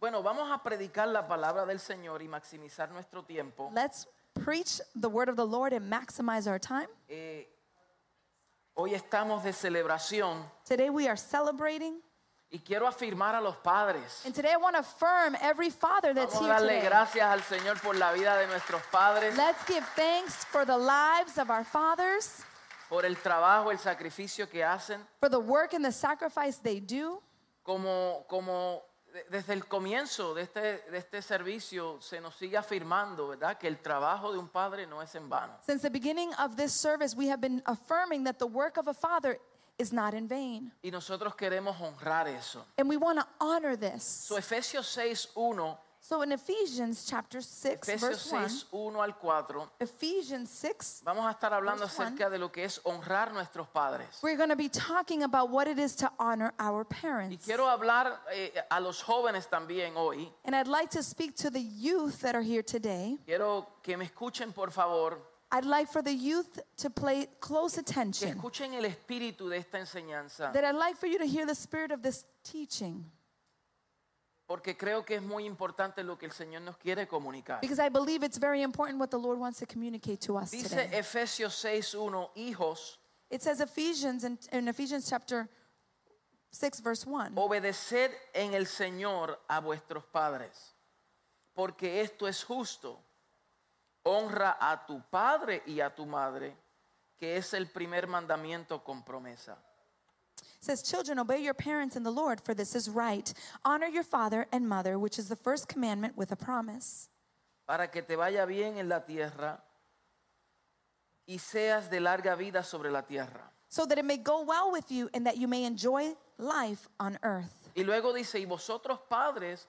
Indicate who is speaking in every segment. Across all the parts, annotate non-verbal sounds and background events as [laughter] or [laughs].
Speaker 1: Bueno, vamos a predicar la palabra del Señor y maximizar nuestro tiempo.
Speaker 2: Let's preach the word of the Lord and maximize our time.
Speaker 1: Eh, hoy estamos de celebración
Speaker 2: Today we are celebrating.
Speaker 1: y quiero afirmar a los padres.
Speaker 2: And today I want to affirm every father that's
Speaker 1: Vamos a
Speaker 2: here
Speaker 1: darle
Speaker 2: today.
Speaker 1: gracias al Señor por la vida de nuestros padres,
Speaker 2: Let's give thanks for the lives of our fathers,
Speaker 1: por el trabajo, el sacrificio que hacen.
Speaker 2: for the work and the sacrifice they do.
Speaker 1: Como, como de- desde el comienzo de este, de este servicio se nos sigue afirmando, ¿verdad? Que el trabajo de un padre no es en vano.
Speaker 2: Since the beginning of this service, we have been affirming that the work of a father is not in vain.
Speaker 1: Y nosotros queremos honrar eso.
Speaker 2: And we want to honor this.
Speaker 1: So, Efesios 6.1,
Speaker 2: So in Ephesians chapter 6,
Speaker 1: Efesios
Speaker 2: verse 1,
Speaker 1: 6.1 al 4,
Speaker 2: Ephesians 6,
Speaker 1: Vamos a estar hablando
Speaker 2: Verse one.
Speaker 1: acerca de lo que es honrar nuestros padres.
Speaker 2: we're going to be talking about what it is to honor our
Speaker 1: Y
Speaker 2: parents.
Speaker 1: quiero hablar eh, a los jóvenes también hoy.
Speaker 2: And I'd like to speak to the youth that are here today.
Speaker 1: Quiero que me escuchen, por favor,
Speaker 2: I'd like for the youth to play close
Speaker 1: que
Speaker 2: attention.
Speaker 1: escuchen el espíritu de esta enseñanza,
Speaker 2: That I'd like for you to hear the spirit of this teaching
Speaker 1: porque creo que es muy importante lo que el Señor nos quiere comunicar.
Speaker 2: because I believe it's very important what the Lord wants to communicate to us
Speaker 1: Dice
Speaker 2: today.
Speaker 1: Efesios 6.1, hijos,
Speaker 2: It says Ephesians in, in Ephesians chapter 6 verse 1.
Speaker 1: Oh. obedeced en el Señor a vuestros padres, porque esto es justo. Honra a tu padre y a tu madre, que es el primer mandamiento con promesa.
Speaker 2: It says, Children, obey your parents in the Lord, for this is right. Honor your father and mother, which is the first commandment with a promise,
Speaker 1: para que te vaya bien en la tierra y seas de larga vida sobre la tierra.
Speaker 2: so that it may go well with you and that you may enjoy life on earth.
Speaker 1: Y luego dice, y vosotros padres,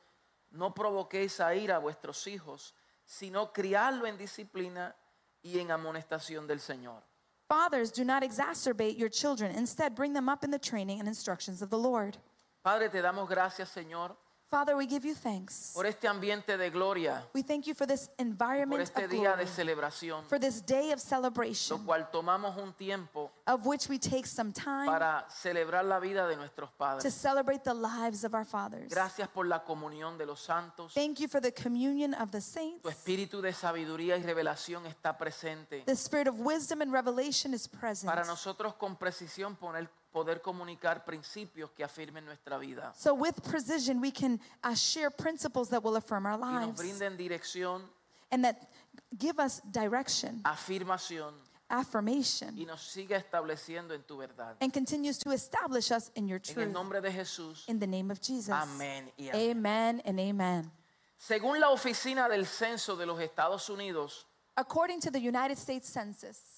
Speaker 1: no provoquéis a ira a vuestros hijos, sino criarlo en disciplina y en amonestación del Señor.
Speaker 2: Fathers, do not exacerbate your children. Instead, bring them up in the training and instructions of the Lord.
Speaker 1: Padre, te damos gracias, Señor,
Speaker 2: Father, we give you thanks.
Speaker 1: por este ambiente de gloria,
Speaker 2: We thank you for this
Speaker 1: por
Speaker 2: environment
Speaker 1: este
Speaker 2: of
Speaker 1: día
Speaker 2: glory,
Speaker 1: de celebración,
Speaker 2: for this day of
Speaker 1: lo
Speaker 2: celebration,
Speaker 1: cual tomamos un tiempo
Speaker 2: of which we take some time
Speaker 1: para celebrar la vida de nuestros
Speaker 2: to
Speaker 1: padres.
Speaker 2: celebrate the lives of our fathers.
Speaker 1: Gracias por la comunión de los santos.
Speaker 2: Thank you for the communion of the
Speaker 1: Tu
Speaker 2: saints.
Speaker 1: espíritu de sabiduría y revelación está presente
Speaker 2: The spirit of wisdom and revelation is present.
Speaker 1: para nosotros con precisión poner- poder comunicar principios que afirmen nuestra vida
Speaker 2: So, with precision, we can uh, share principles that will affirm our
Speaker 1: y nos
Speaker 2: lives
Speaker 1: brinden dirección,
Speaker 2: and that give us direction,
Speaker 1: afirmación y
Speaker 2: affirmation,
Speaker 1: nos siga estableciendo en tu verdad.
Speaker 2: and continues to establish us in your
Speaker 1: En el
Speaker 2: truth.
Speaker 1: nombre de Jesús.
Speaker 2: In the name of Jesus.
Speaker 1: Amén y amén.
Speaker 2: Amen and amen.
Speaker 1: Según la Oficina del Censo de los Estados Unidos,
Speaker 2: According to the United States Census,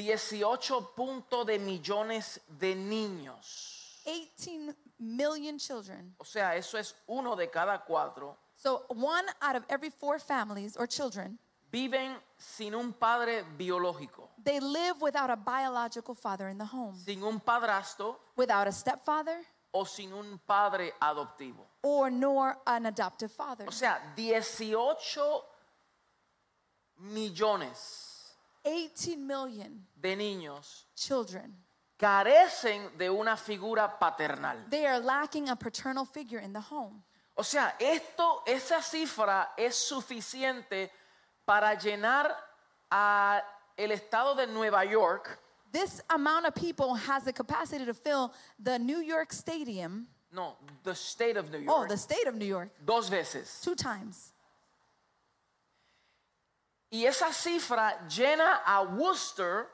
Speaker 1: 18 puntos de millones de niños.
Speaker 2: 18 million children.
Speaker 1: O sea, eso es uno de cada cuatro.
Speaker 2: So, one out of every four families or children,
Speaker 1: Viven sin un padre biológico.
Speaker 2: they live without a biological father in the home,
Speaker 1: sin un padrastro
Speaker 2: without a stepfather,
Speaker 1: o sin un padre adoptivo.
Speaker 2: or nor an adoptive father.
Speaker 1: O sea, 18 millones
Speaker 2: 18 million
Speaker 1: de niños
Speaker 2: children.
Speaker 1: carecen de una figura paternal.
Speaker 2: They are lacking a paternal figure in the home.
Speaker 1: O sea, esto, esa cifra es suficiente para llenar a el estado de Nueva York,
Speaker 2: This amount of people has the capacity to fill the New York Stadium,
Speaker 1: no, the state of New
Speaker 2: oh,
Speaker 1: York,
Speaker 2: the state of New York,
Speaker 1: dos veces.
Speaker 2: two times.
Speaker 1: Y esa cifra llena a Worcester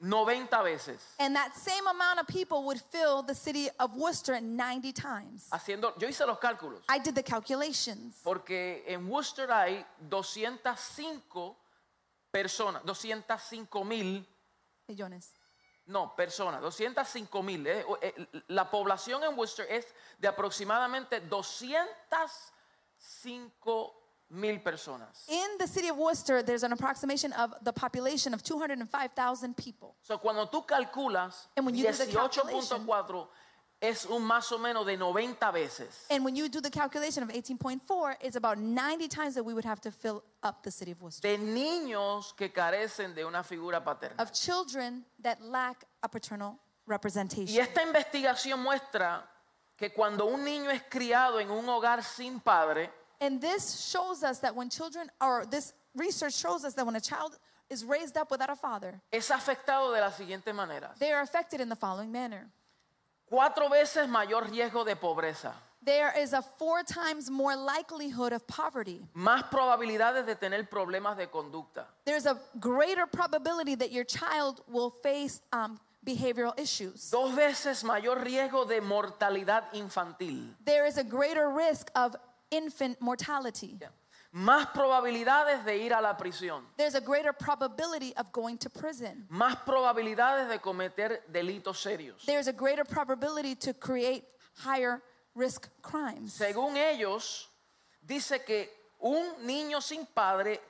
Speaker 1: 90 veces.
Speaker 2: And that same amount of people would fill the city of Worcester 90 times.
Speaker 1: haciendo, yo hice los cálculos,
Speaker 2: I did the calculations
Speaker 1: porque en Worcester hay 205 personas, 205 mil,
Speaker 2: Millones.
Speaker 1: no, personas, 205 mil. eh, o- eh, la población en Worcester es de aproximadamente 205 mil personas.
Speaker 2: In the city of Worcester, there's an approximation of the population of 205,000 people.
Speaker 1: O sea, cuando tú calculas
Speaker 2: And when you do the
Speaker 1: 18.4 es un más o menos de 90 veces.
Speaker 2: And when you do the calculation of 18.4, it's about 90 times that we would have to fill up the city of Worcester.
Speaker 1: De niños que carecen de una figura paterna.
Speaker 2: of children that lack a paternal
Speaker 1: Y
Speaker 2: representation.
Speaker 1: esta investigación muestra que cuando un niño es criado en un hogar sin padre,
Speaker 2: And this shows us that when children, or this research shows us that when a child is raised up without a father,
Speaker 1: es afectado de la siguiente manera.
Speaker 2: they are affected in the following manner.
Speaker 1: Cuatro veces mayor riesgo de pobreza,
Speaker 2: There is a four times more likelihood of poverty.
Speaker 1: más probabilidades de tener problemas de conducta,
Speaker 2: There's a greater probability that your child will face um, behavioral issues.
Speaker 1: dos veces mayor riesgo de mortalidad infantil,
Speaker 2: There is a greater risk of infant mortality.
Speaker 1: ¿ya? más probabilidades de ir a la prisión,
Speaker 2: There's a greater probability of going to prison.
Speaker 1: más probabilidades de cometer delitos serios.
Speaker 2: There's a greater probability to create higher risk crimes.
Speaker 1: Según ellos, dice que un niño sin padre,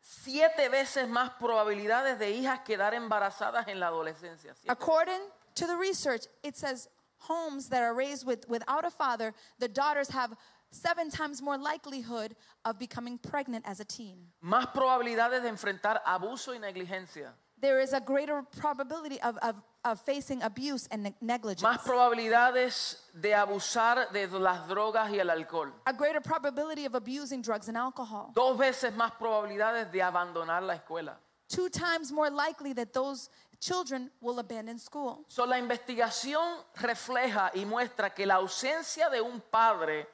Speaker 1: siete veces más probabilidades de hijas quedar embarazadas en la adolescencia. Siete.
Speaker 2: According to the research, it says homes that are raised with, without a father, the daughters have seven times more likelihood of becoming pregnant as a teen.
Speaker 1: Más probabilidades de enfrentar abuso y negligencia.
Speaker 2: There is a greater probability of, of, of facing abuse and neg- negligence.
Speaker 1: Más probabilidades de abusar de las drogas y el alcohol.
Speaker 2: A greater probability of abusing drugs and alcohol.
Speaker 1: Dos veces más probabilidades de abandonar la escuela.
Speaker 2: Two times more likely that those children will abandon school.
Speaker 1: So, la investigación refleja y muestra que la ausencia de un padre,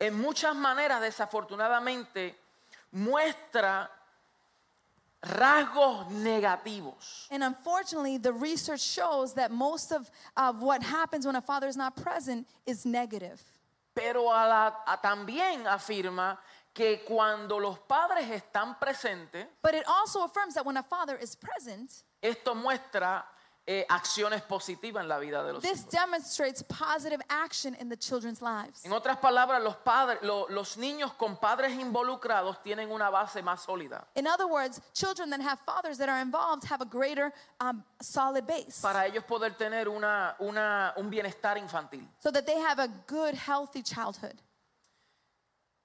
Speaker 1: en muchas maneras, desafortunadamente, muestra rasgos negativos.
Speaker 2: And unfortunately, the research shows that most of, of what happens when a father is not present is negative.
Speaker 1: Pero a la- a- también afirma que cuando los padres están presentes,
Speaker 2: But it also affirms that when a father is present,
Speaker 1: esto muestra eh, acciones positivas en la vida de los
Speaker 2: this demonstrates positive action in the children's lives.
Speaker 1: En otras palabras, los, padres, lo- los niños con padres involucrados tienen una base más sólida.
Speaker 2: In other words, children that have fathers that are involved have a greater um, solid base
Speaker 1: para ellos poder tener una- una- un bienestar infantil.
Speaker 2: so that they have a good, healthy childhood.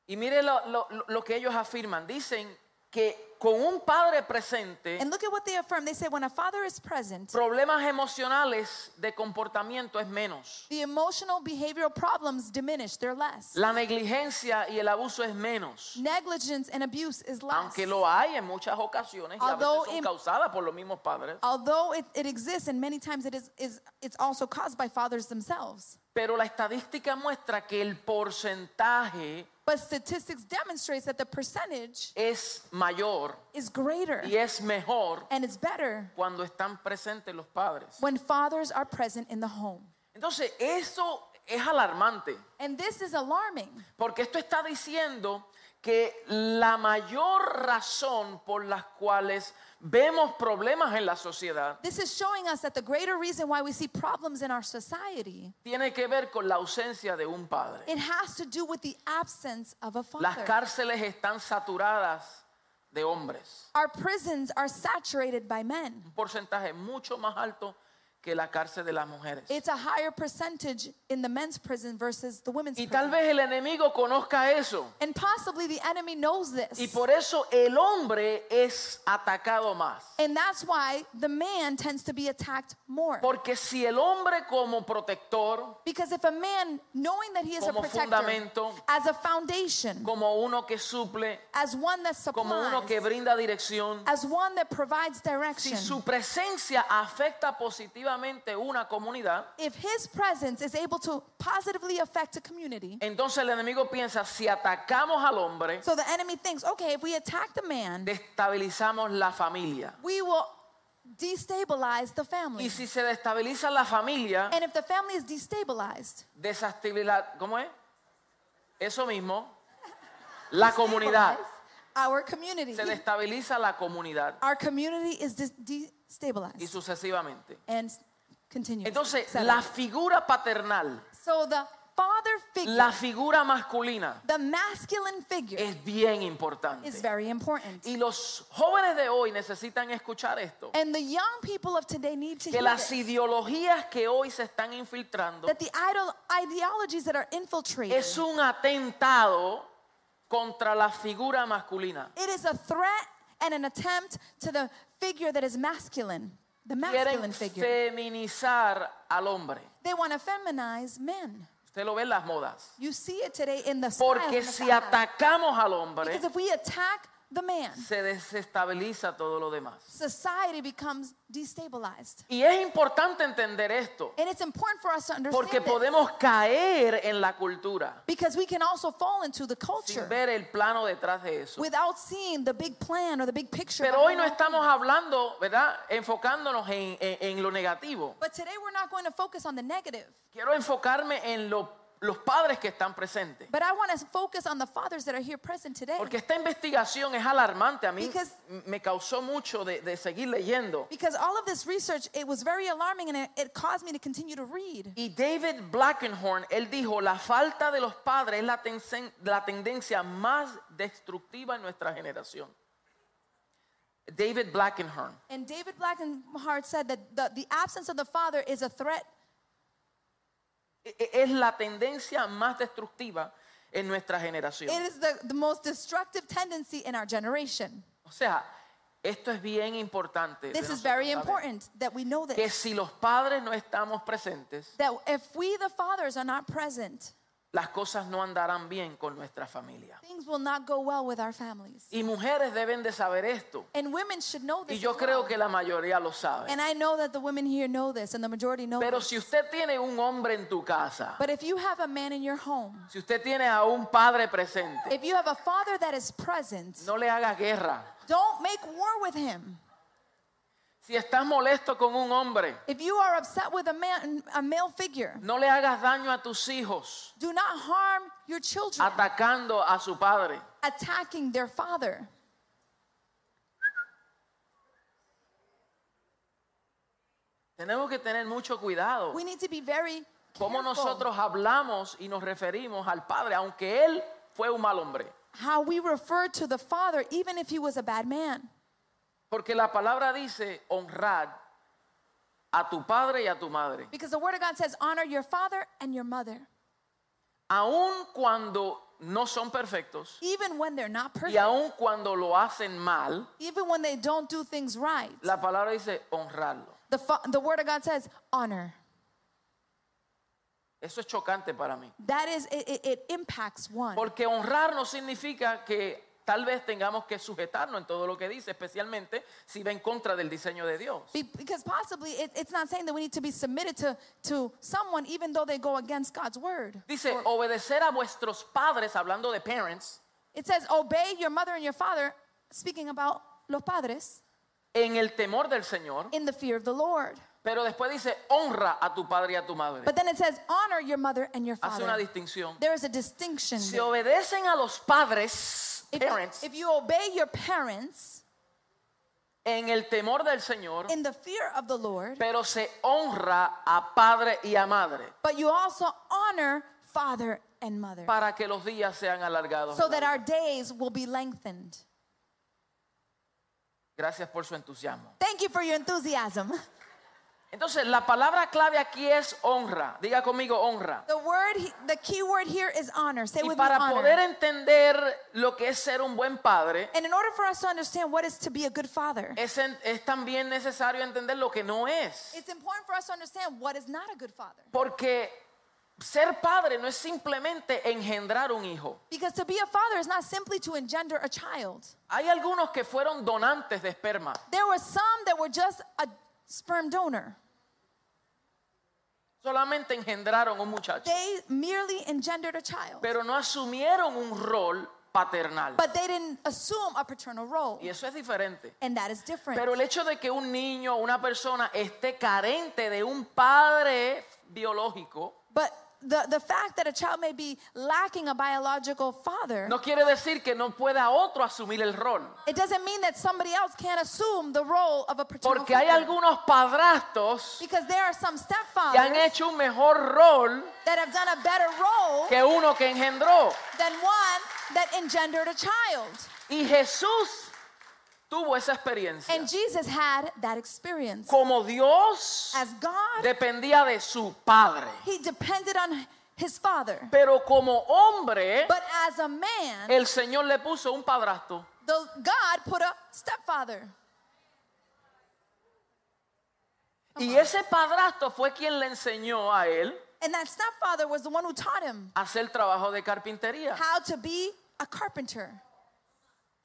Speaker 1: Y mire lo, lo- lo que ellos afirman. Dicen que con un padre presente,
Speaker 2: And look at what they affirm. They say when a father is present,
Speaker 1: problemas emocionales de comportamiento es menos.
Speaker 2: the emotional behavioral problems diminish, they're less.
Speaker 1: La negligencia y el abuso es menos.
Speaker 2: Negligence and abuse is less.
Speaker 1: Aunque lo hay en muchas ocasiones y a veces
Speaker 2: Although
Speaker 1: son
Speaker 2: im-
Speaker 1: causadas por los mismos padres.
Speaker 2: although it, it exists and many times it is, is it's also caused by fathers themselves
Speaker 1: Pero la estadística muestra que el porcentaje
Speaker 2: but statistics demonstrates that the percentage
Speaker 1: es mayor
Speaker 2: is greater
Speaker 1: y es mejor
Speaker 2: and it's better
Speaker 1: cuando están presentes los padres.
Speaker 2: when fathers are present in the home
Speaker 1: Entonces, eso es alarmante,
Speaker 2: and this is alarming
Speaker 1: porque esto está diciendo que la mayor razón por las cuales vemos problemas en la sociedad
Speaker 2: this is showing us that the greater reason why we see problems in our society
Speaker 1: tiene que ver con la ausencia de un padre.
Speaker 2: it has to do with the absence of a
Speaker 1: Las
Speaker 2: father
Speaker 1: cárceles están saturadas de hombres,
Speaker 2: our prisons are saturated by men
Speaker 1: un porcentaje mucho más alto que la cárcel de las mujeres.
Speaker 2: it's a higher percentage in the men's prison versus the women's
Speaker 1: Y tal
Speaker 2: prison
Speaker 1: vez el enemigo conozca eso.
Speaker 2: and possibly the enemy knows this
Speaker 1: Y por eso el hombre es atacado más.
Speaker 2: And that's why the man tends to be attacked more.
Speaker 1: Porque si el hombre como protector,
Speaker 2: Because if a man, knowing that he is a
Speaker 1: Como
Speaker 2: protector,
Speaker 1: fundamento,
Speaker 2: as a foundation,
Speaker 1: como uno que suple,
Speaker 2: as one that
Speaker 1: como uno que
Speaker 2: supplies,
Speaker 1: brinda dirección.
Speaker 2: as one that provides
Speaker 1: Si
Speaker 2: direction,
Speaker 1: su presencia afecta positivamente una comunidad,
Speaker 2: if his presence is able to positively affect a community,
Speaker 1: entonces el enemigo piensa, si atacamos al hombre,
Speaker 2: so the enemy thinks, okay, if we attack the man,
Speaker 1: destabilizamos la familia.
Speaker 2: we will destabilize the
Speaker 1: Y
Speaker 2: family.
Speaker 1: si se destabiliza la familia,
Speaker 2: And if the family is destabilized,
Speaker 1: desestabiliza, ¿cómo es? Eso mismo, la comunidad.
Speaker 2: destabilize our community,
Speaker 1: Ah. Se destabiliza la comunidad
Speaker 2: our community is dis-
Speaker 1: y
Speaker 2: destabilized.
Speaker 1: sucesivamente.
Speaker 2: and continues.
Speaker 1: Entonces,
Speaker 2: Seven.
Speaker 1: la figura paternal,
Speaker 2: so the father figure,
Speaker 1: la figura masculina,
Speaker 2: the masculine figure,
Speaker 1: es bien importante.
Speaker 2: is very important.
Speaker 1: Y los jóvenes de hoy necesitan escuchar esto.
Speaker 2: And the young people of today need to
Speaker 1: Que
Speaker 2: hear
Speaker 1: las
Speaker 2: this,
Speaker 1: ideologías que hoy se están infiltrando
Speaker 2: that the idol ideologies that are infiltrated,
Speaker 1: es un atentado contra la figura masculina.
Speaker 2: it is a threat and an attempt to the figure that is masculine. the
Speaker 1: Quieren
Speaker 2: masculine figure.
Speaker 1: feminizar al hombre.
Speaker 2: They want to feminize men.
Speaker 1: Usted lo ve en las modas.
Speaker 2: You see it today in the style, in
Speaker 1: Porque ¿eh?
Speaker 2: the
Speaker 1: si
Speaker 2: fashion.
Speaker 1: atacamos al hombre,
Speaker 2: Because if we attack the man,
Speaker 1: se desestabiliza todo lo demás.
Speaker 2: society becomes destabilized.
Speaker 1: Y es importante entender esto,
Speaker 2: And it's important for us to understand
Speaker 1: porque
Speaker 2: this,
Speaker 1: podemos caer en la cultura
Speaker 2: because we can also fall into the
Speaker 1: sin
Speaker 2: culture
Speaker 1: ver el plano detrás de eso.
Speaker 2: without seeing the big plan or the big picture.
Speaker 1: Pero hoy no
Speaker 2: behind all-
Speaker 1: estamos hablando, ¿verdad? Enfocándonos en, en- en lo negativo.
Speaker 2: But today we're not going to focus on the negative.
Speaker 1: Quiero enfocarme en lo- los padres que están presentes.
Speaker 2: But I want to focus on the fathers that are here present today.
Speaker 1: Porque esta investigación es alarmante. A mí
Speaker 2: Because-
Speaker 1: me causó mucho de, de seguir leyendo.
Speaker 2: Because all of this research, it was very alarming and it, it caused me to continue to read.
Speaker 1: Y David Blackenhorn, él dijo, la falta de los padres es la, tencen- la tendencia más destructiva en nuestra generación. David Blackenhorn.
Speaker 2: And David Blackenhart said that the, the absence of the father is a threat.
Speaker 1: E- e- Es la tendencia más destructiva en nuestra generación.
Speaker 2: It is the, the most destructive tendency in our generation.
Speaker 1: O sea, esto es bien importante. de
Speaker 2: This is
Speaker 1: nosotros
Speaker 2: very
Speaker 1: saber.
Speaker 2: important that we know
Speaker 1: Que
Speaker 2: this.
Speaker 1: si los padres no estamos presentes,
Speaker 2: That if we, the fathers, are not present,
Speaker 1: las cosas no andarán bien con nuestra familia.
Speaker 2: things will not go well with our families.
Speaker 1: Y mujeres deben de saber esto.
Speaker 2: And women should know this.
Speaker 1: Y yo
Speaker 2: as well.
Speaker 1: creo que la mayoría lo sabe.
Speaker 2: And I know that the women here know this and the majority know
Speaker 1: Pero
Speaker 2: this.
Speaker 1: si usted tiene un hombre en tu casa,
Speaker 2: But if you have a man in your home,
Speaker 1: si usted tiene a un padre presente,
Speaker 2: if you have a father that is present,
Speaker 1: no le haga guerra.
Speaker 2: don't make war with him.
Speaker 1: Si estás molesto con un hombre,
Speaker 2: If you are upset with a man, a male figure,
Speaker 1: no le hagas daño a tus hijos
Speaker 2: do not harm your children
Speaker 1: atacando a su padre.
Speaker 2: attacking their father.
Speaker 1: Tenemos que tener mucho cuidado.
Speaker 2: We need to be very
Speaker 1: cómo
Speaker 2: careful
Speaker 1: nosotros hablamos y nos referimos al Padre, aunque Él fue un mal hombre.
Speaker 2: how we refer to the father, even if he was a bad man.
Speaker 1: Porque la palabra dice honrar a tu padre y a tu madre.
Speaker 2: Because the word of God says, honor your father and your mother,
Speaker 1: Aun cuando no son perfectos
Speaker 2: even when they're not
Speaker 1: y
Speaker 2: perfect,
Speaker 1: aun cuando lo hacen mal,
Speaker 2: even when they don't do things right.
Speaker 1: la palabra dice honrarlo.
Speaker 2: The, fa- the word of God says, honor.
Speaker 1: Eso es chocante para mí.
Speaker 2: That is, it, it, it impacts one.
Speaker 1: Porque honrar no significa que tal vez tengamos que sujetarnos en todo lo que dice, especialmente si va en contra del diseño de Dios.
Speaker 2: Be- because possibly it, it's not saying that we need to be submitted to, to someone even though they go against God's word.
Speaker 1: Dice obedecer a vuestros padres, hablando de parents,
Speaker 2: It says, obey your mother and your father, speaking about los padres,
Speaker 1: en el temor del Señor,
Speaker 2: in the fear of the Lord.
Speaker 1: pero después dice honra a tu padre y a tu madre.
Speaker 2: But then it says, honor your mother and your
Speaker 1: Hace una
Speaker 2: father.
Speaker 1: distinción.
Speaker 2: There is a distinction.
Speaker 1: Si
Speaker 2: there.
Speaker 1: obedecen a los padres,
Speaker 2: If,
Speaker 1: parents,
Speaker 2: if you obey your parents
Speaker 1: en el temor del Señor,
Speaker 2: in the fear of the Lord,
Speaker 1: pero se honra a padre y a madre
Speaker 2: but you also honor father and mother
Speaker 1: para que los días sean alargados.
Speaker 2: so that our days will be lengthened.
Speaker 1: Gracias por su entusiasmo.
Speaker 2: Thank you for your enthusiasm. [laughs]
Speaker 1: Entonces, la palabra clave aquí es honra. Diga conmigo honra.
Speaker 2: The word, he- the key word here is honor. Say
Speaker 1: Y
Speaker 2: with me,
Speaker 1: para
Speaker 2: honor.
Speaker 1: poder entender lo que es ser un buen padre,
Speaker 2: And in order for us to understand what is to be a good father,
Speaker 1: es, en- es también necesario entender lo que no es.
Speaker 2: it's important for us to understand what is not a good father.
Speaker 1: Porque ser padre no es simplemente engendrar un hijo.
Speaker 2: Because to be a father is not simply to engender a child.
Speaker 1: Hay algunos que fueron donantes de esperma.
Speaker 2: There were some that were just a sperm donor.
Speaker 1: Solamente engendraron un muchacho,
Speaker 2: They merely engendered a child,
Speaker 1: pero no asumieron un rol paternal.
Speaker 2: but they didn't assume a paternal role.
Speaker 1: Y eso es diferente.
Speaker 2: And that is different.
Speaker 1: Pero el hecho de que un niño o una persona esté carente de un padre biológico
Speaker 2: But the, the fact that a child may be lacking a biological father,
Speaker 1: no quiere decir que no pueda otro asumir el rol.
Speaker 2: it doesn't mean that somebody else can't assume the role of a paternal
Speaker 1: Porque hay
Speaker 2: father.
Speaker 1: algunos padrastos
Speaker 2: Because there are some
Speaker 1: que han
Speaker 2: stepfathers
Speaker 1: hecho un mejor rol
Speaker 2: that have done a better role
Speaker 1: que uno que engendró.
Speaker 2: than one that engendered a child.
Speaker 1: Y Jesús tuvo esa experiencia.
Speaker 2: And Jesus had that experience.
Speaker 1: Como Dios
Speaker 2: As God,
Speaker 1: dependía de su Padre,
Speaker 2: he depended on his father.
Speaker 1: pero como hombre,
Speaker 2: But as a man,
Speaker 1: el Señor le puso un padrastro.
Speaker 2: the God put a stepfather.
Speaker 1: Y ese padrastro fue quien le enseñó a él
Speaker 2: And that stepfather was the one who taught him
Speaker 1: a hacer trabajo de carpintería.
Speaker 2: how to be a carpenter.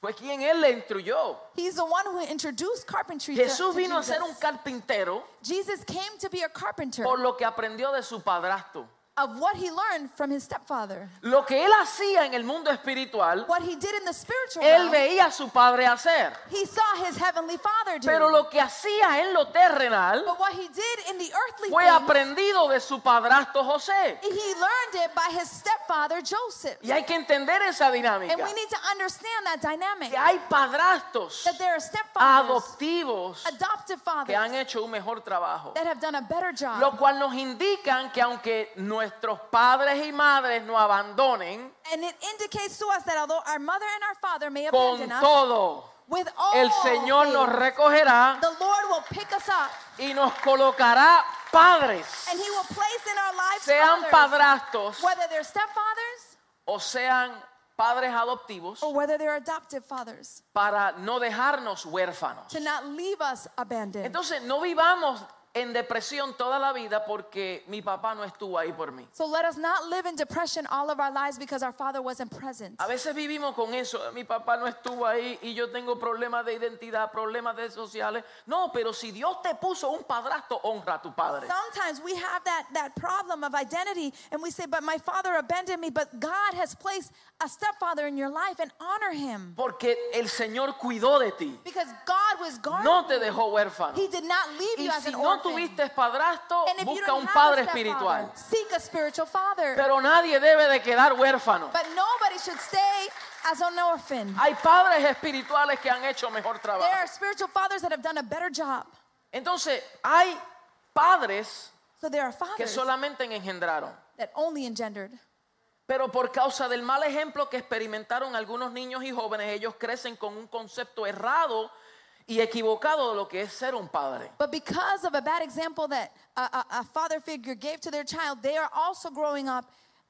Speaker 1: Fue quien él le instruyó.
Speaker 2: He's the one who introduced carpentry to-
Speaker 1: Jesús
Speaker 2: to
Speaker 1: vino a
Speaker 2: Jesus.
Speaker 1: ser un carpintero
Speaker 2: Jesus came to be a carpenter
Speaker 1: por lo que aprendió de su padrastro.
Speaker 2: of what he learned from his stepfather.
Speaker 1: Lo que él hacía en el mundo espiritual,
Speaker 2: What he did in the spiritual
Speaker 1: él
Speaker 2: realm,
Speaker 1: veía a su padre hacer.
Speaker 2: he saw his heavenly father do.
Speaker 1: Pero lo que hacía en lo terrenal
Speaker 2: but what he did in the earthly
Speaker 1: fue
Speaker 2: things,
Speaker 1: aprendido de su padrastro José.
Speaker 2: he learned it by his stepfather Joseph.
Speaker 1: Y hay que entender esa dinámica.
Speaker 2: And we need to understand that dynamic
Speaker 1: Que hay padrastros
Speaker 2: that there are stepfathers,
Speaker 1: adoptivos
Speaker 2: adoptive
Speaker 1: que han
Speaker 2: fathers
Speaker 1: hecho un mejor trabajo.
Speaker 2: that have done a better job.
Speaker 1: Lo cual nos indican que aunque nuestros padres y madres nos abandonen,
Speaker 2: And it indicates to us that although our mother and our father may
Speaker 1: con
Speaker 2: abandon us,
Speaker 1: todo,
Speaker 2: with all
Speaker 1: el Señor nos
Speaker 2: things,
Speaker 1: recogerá
Speaker 2: the Lord will pick us up
Speaker 1: y nos colocará padres,
Speaker 2: and He will place in our lives
Speaker 1: sean
Speaker 2: fathers,
Speaker 1: padrastros
Speaker 2: whether they're stepfathers
Speaker 1: o sean padres adoptivos,
Speaker 2: or whether they're adoptive fathers,
Speaker 1: para no dejarnos huérfanos.
Speaker 2: to not leave us abandoned.
Speaker 1: Entonces, no vivamos en depresión toda la vida porque mi papá no estuvo ahí por mí.
Speaker 2: So let us not live in depression all of our lives because our father wasn't present.
Speaker 1: A veces vivimos con eso, mi papá no estuvo ahí y yo tengo problemas de identidad, problemas de sociales. No, pero si Dios te puso un padrastro, honra a tu padre.
Speaker 2: Sometimes we have that, that problem of identity and we say, But my father abandoned me, but God has placed a stepfather in your life and honor him
Speaker 1: Porque el Señor cuidó de ti,
Speaker 2: because God was guarding
Speaker 1: no te dejó huérfano.
Speaker 2: He did not leave
Speaker 1: Y
Speaker 2: you as
Speaker 1: si
Speaker 2: an
Speaker 1: no
Speaker 2: orphan.
Speaker 1: tuviste padrastro,
Speaker 2: and if you
Speaker 1: busca
Speaker 2: don't
Speaker 1: un
Speaker 2: have
Speaker 1: padre
Speaker 2: a stepfather,
Speaker 1: espiritual.
Speaker 2: seek a spiritual father.
Speaker 1: Pero nadie debe de quedar huérfano.
Speaker 2: but nobody should stay as an orphan.
Speaker 1: Hay padres espirituales que han hecho mejor
Speaker 2: There
Speaker 1: trabajo.
Speaker 2: are spiritual fathers that have done a better job.
Speaker 1: Entonces, hay padres
Speaker 2: So there are
Speaker 1: que
Speaker 2: fathers
Speaker 1: solamente engendraron.
Speaker 2: that only engendered.
Speaker 1: Pero por causa del mal ejemplo que experimentaron algunos niños y jóvenes, ellos crecen con un concepto errado y equivocado de lo que es ser un padre.
Speaker 2: But because of a bad example that a, a- a father figure gave to their child, they are also growing up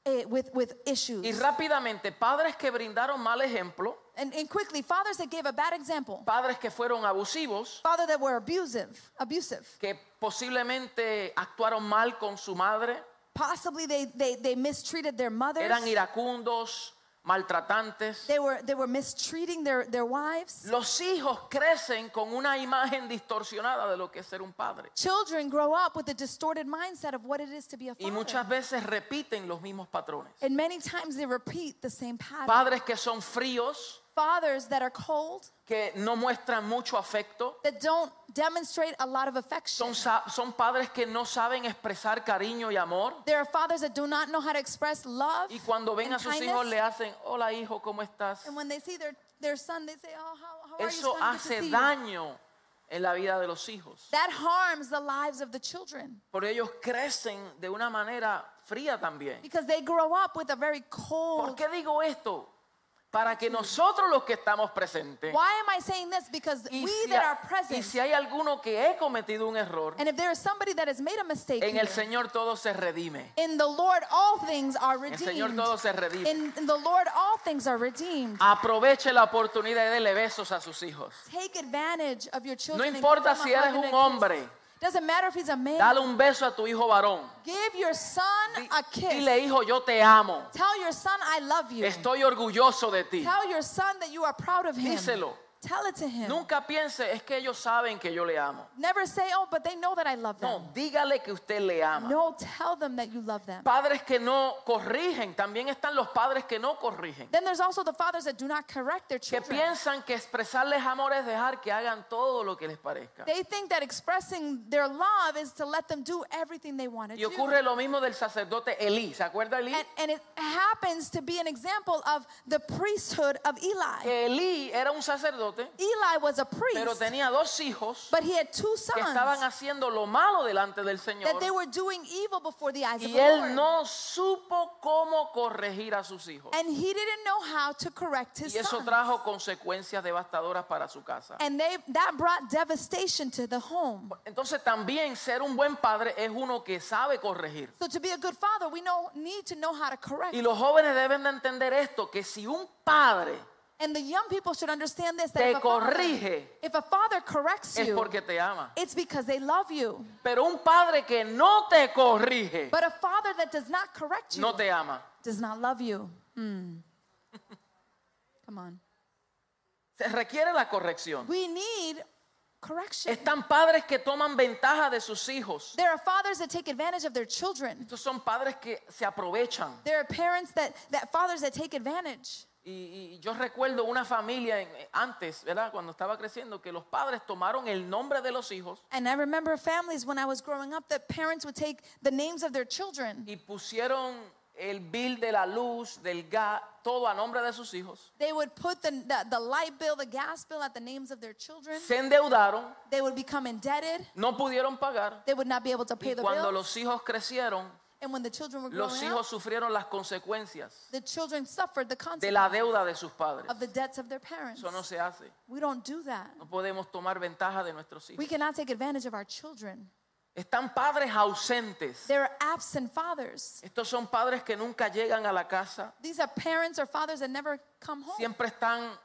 Speaker 2: eh, with, with issues.
Speaker 1: Y rápidamente, padres que brindaron mal ejemplo,
Speaker 2: And, and quickly, fathers that gave a bad example,
Speaker 1: padres que fueron abusivos,
Speaker 2: father that were abusive, abusive.
Speaker 1: que posiblemente actuaron mal con su madre,
Speaker 2: Possibly they, they, they mistreated their mothers.
Speaker 1: eran iracundos, maltratantes.
Speaker 2: They were, they were mistreating their, their wives.
Speaker 1: Los hijos crecen con una imagen distorsionada de lo que es ser un padre.
Speaker 2: Children grow up with a distorted mindset of what it is to be a
Speaker 1: Y
Speaker 2: father.
Speaker 1: muchas veces repiten los mismos patrones.
Speaker 2: and many times they repeat the same pattern.
Speaker 1: Padres que son fríos,
Speaker 2: Fathers that are cold,
Speaker 1: que no muestran mucho afecto.
Speaker 2: that don't demonstrate a lot of affection.
Speaker 1: Son, sa- son padres que no saben expresar cariño y amor.
Speaker 2: there are fathers that do not know how to express love.
Speaker 1: Y cuando ven
Speaker 2: and
Speaker 1: a sus
Speaker 2: kindness.
Speaker 1: hijos le hacen, hola hijo, ¿cómo estás?
Speaker 2: and when they see their, their son, they say, Oh, how, how
Speaker 1: Eso
Speaker 2: are you, son? Good to see
Speaker 1: hace
Speaker 2: you."
Speaker 1: daño en la vida de los hijos.
Speaker 2: That harms the lives of the children
Speaker 1: Porque ellos crecen de una manera fría también.
Speaker 2: because they grow up with a very
Speaker 1: ¿Por
Speaker 2: cold.
Speaker 1: qué digo esto? Para que nosotros los que estamos presentes
Speaker 2: Why am I saying this? Because
Speaker 1: Y
Speaker 2: we
Speaker 1: si
Speaker 2: that
Speaker 1: ha-
Speaker 2: are present
Speaker 1: y si hay alguno que he cometido un error,
Speaker 2: And if there is somebody that has made a mistake
Speaker 1: en el
Speaker 2: here,
Speaker 1: Señor todo se redime.
Speaker 2: in the Lord all things are
Speaker 1: En el
Speaker 2: redeemed.
Speaker 1: Señor todo se Ah. redime.
Speaker 2: in, in the Lord all things are redeemed.
Speaker 1: Aproveche la oportunidad y dele besos a sus hijos.
Speaker 2: Take advantage of
Speaker 1: No
Speaker 2: your children. and give
Speaker 1: importa
Speaker 2: them a
Speaker 1: si
Speaker 2: hug
Speaker 1: eres
Speaker 2: and a
Speaker 1: un
Speaker 2: kiss.
Speaker 1: hombre,
Speaker 2: Doesn't matter if he's a man.
Speaker 1: dale un beso a tu hijo varón.
Speaker 2: Give your son
Speaker 1: Di-
Speaker 2: a kiss.
Speaker 1: Dile, hijo, yo te amo.
Speaker 2: Tell your son I love you.
Speaker 1: Estoy orgulloso de ti.
Speaker 2: Tell your son that you are proud of him.
Speaker 1: Díselo.
Speaker 2: Tell it to him.
Speaker 1: Nunca piense, es que ellos saben que yo le amo.
Speaker 2: Never say, oh, but they know that I love them.
Speaker 1: No, dígale que usted le ama.
Speaker 2: No, tell them that you love them.
Speaker 1: Padres que no corrigen, también están los padres que no corrigen.
Speaker 2: Then there's also the fathers that do not correct their
Speaker 1: que
Speaker 2: children.
Speaker 1: piensan que expresarles amor es dejar que hagan todo lo que les parezca.
Speaker 2: They think that expressing their love is to let them do everything they want to
Speaker 1: Y
Speaker 2: do.
Speaker 1: ocurre lo mismo del sacerdote Elí. ¿Se acuerda Elí?
Speaker 2: And, and it happens to be an example of the priesthood of Eli.
Speaker 1: Que Elí era un sacerdote,
Speaker 2: Eli was a
Speaker 1: pero
Speaker 2: priest,
Speaker 1: tenía dos hijos
Speaker 2: but he had two
Speaker 1: que estaban
Speaker 2: sons
Speaker 1: haciendo lo malo delante del Señor.
Speaker 2: that they were doing evil before the eyes of
Speaker 1: Y
Speaker 2: the
Speaker 1: él
Speaker 2: Lord.
Speaker 1: no supo cómo corregir a sus hijos.
Speaker 2: And he didn't know how to correct his
Speaker 1: Y eso
Speaker 2: sons.
Speaker 1: trajo consecuencias devastadoras para su casa.
Speaker 2: And they, that brought devastation to the home.
Speaker 1: Entonces también ser un buen padre es uno que sabe corregir.
Speaker 2: So to be a good father, we know, need to know how to correct.
Speaker 1: Y los jóvenes deben de entender esto, que si un padre
Speaker 2: And the young people should understand this that
Speaker 1: Te
Speaker 2: if, a father,
Speaker 1: corrige.
Speaker 2: if a father corrects
Speaker 1: es
Speaker 2: you,
Speaker 1: porque te ama.
Speaker 2: it's because they love you.
Speaker 1: Pero un padre que no te corrige,
Speaker 2: But a father that does not correct you
Speaker 1: no te ama.
Speaker 2: does not love you. Hmm. Come on.
Speaker 1: Se requiere la corrección.
Speaker 2: We need correction.
Speaker 1: Están padres que toman ventaja de sus hijos.
Speaker 2: There are fathers that take advantage of their children.
Speaker 1: Estos son padres que se aprovechan.
Speaker 2: There are parents that, that fathers that take advantage.
Speaker 1: Y, y yo recuerdo una familia en- eh, antes, ¿verdad? Cuando estaba creciendo, que los padres tomaron el nombre de los hijos
Speaker 2: And I remember families when I was growing up that parents would take the names of their children.
Speaker 1: y pusieron el bill de la luz, del gas, todo a nombre de sus hijos.
Speaker 2: They would put the, the, the light bill, the gas bill at the names of their children.
Speaker 1: Se endeudaron,
Speaker 2: They would become indebted.
Speaker 1: no pudieron pagar.
Speaker 2: They would not be able to pay
Speaker 1: Y
Speaker 2: the
Speaker 1: cuando
Speaker 2: bill.
Speaker 1: los hijos crecieron,
Speaker 2: And when the children were
Speaker 1: los
Speaker 2: growing up,
Speaker 1: hijos sufrieron las consecuencias
Speaker 2: the children suffered the
Speaker 1: de la
Speaker 2: consequences
Speaker 1: deuda de sus padres.
Speaker 2: of the debts of their parents.
Speaker 1: Eso no se hace.
Speaker 2: We don't do that.
Speaker 1: No podemos tomar ventaja de nuestros
Speaker 2: We
Speaker 1: hijos.
Speaker 2: cannot take advantage of our children.
Speaker 1: Están padres ausentes.
Speaker 2: There are absent fathers.
Speaker 1: Estos son padres que nunca llegan a la casa,
Speaker 2: These are parents or fathers that never come home.
Speaker 1: siempre están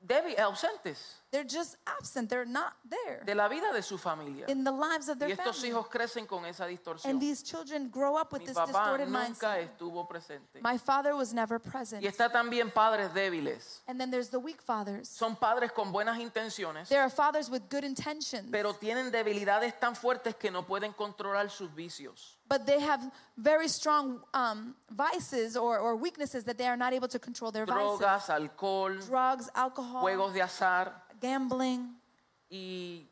Speaker 1: débil- ausentes
Speaker 2: They're just absent. They're not there
Speaker 1: de la vida de su familia.
Speaker 2: in the lives of
Speaker 1: Y
Speaker 2: their
Speaker 1: estos
Speaker 2: family.
Speaker 1: hijos crecen con esa
Speaker 2: And
Speaker 1: distorsión.
Speaker 2: these children grow up with
Speaker 1: Mi
Speaker 2: this
Speaker 1: papá
Speaker 2: distorted
Speaker 1: nunca
Speaker 2: Este mindset.
Speaker 1: estuvo presente.
Speaker 2: My father was never
Speaker 1: Y
Speaker 2: present.
Speaker 1: está también padres débiles.
Speaker 2: And then there's the weak fathers.
Speaker 1: Son padres con buenas intenciones,
Speaker 2: There are fathers with good intentions,
Speaker 1: pero tienen debilidades tan fuertes que no pueden controlar sus vicios.
Speaker 2: but they have very strong um, vices or, or weaknesses that they are not able to control their vices.
Speaker 1: Drogas, alcohol,
Speaker 2: Drugs, alcohol,
Speaker 1: juegos de azar
Speaker 2: gambling,
Speaker 1: y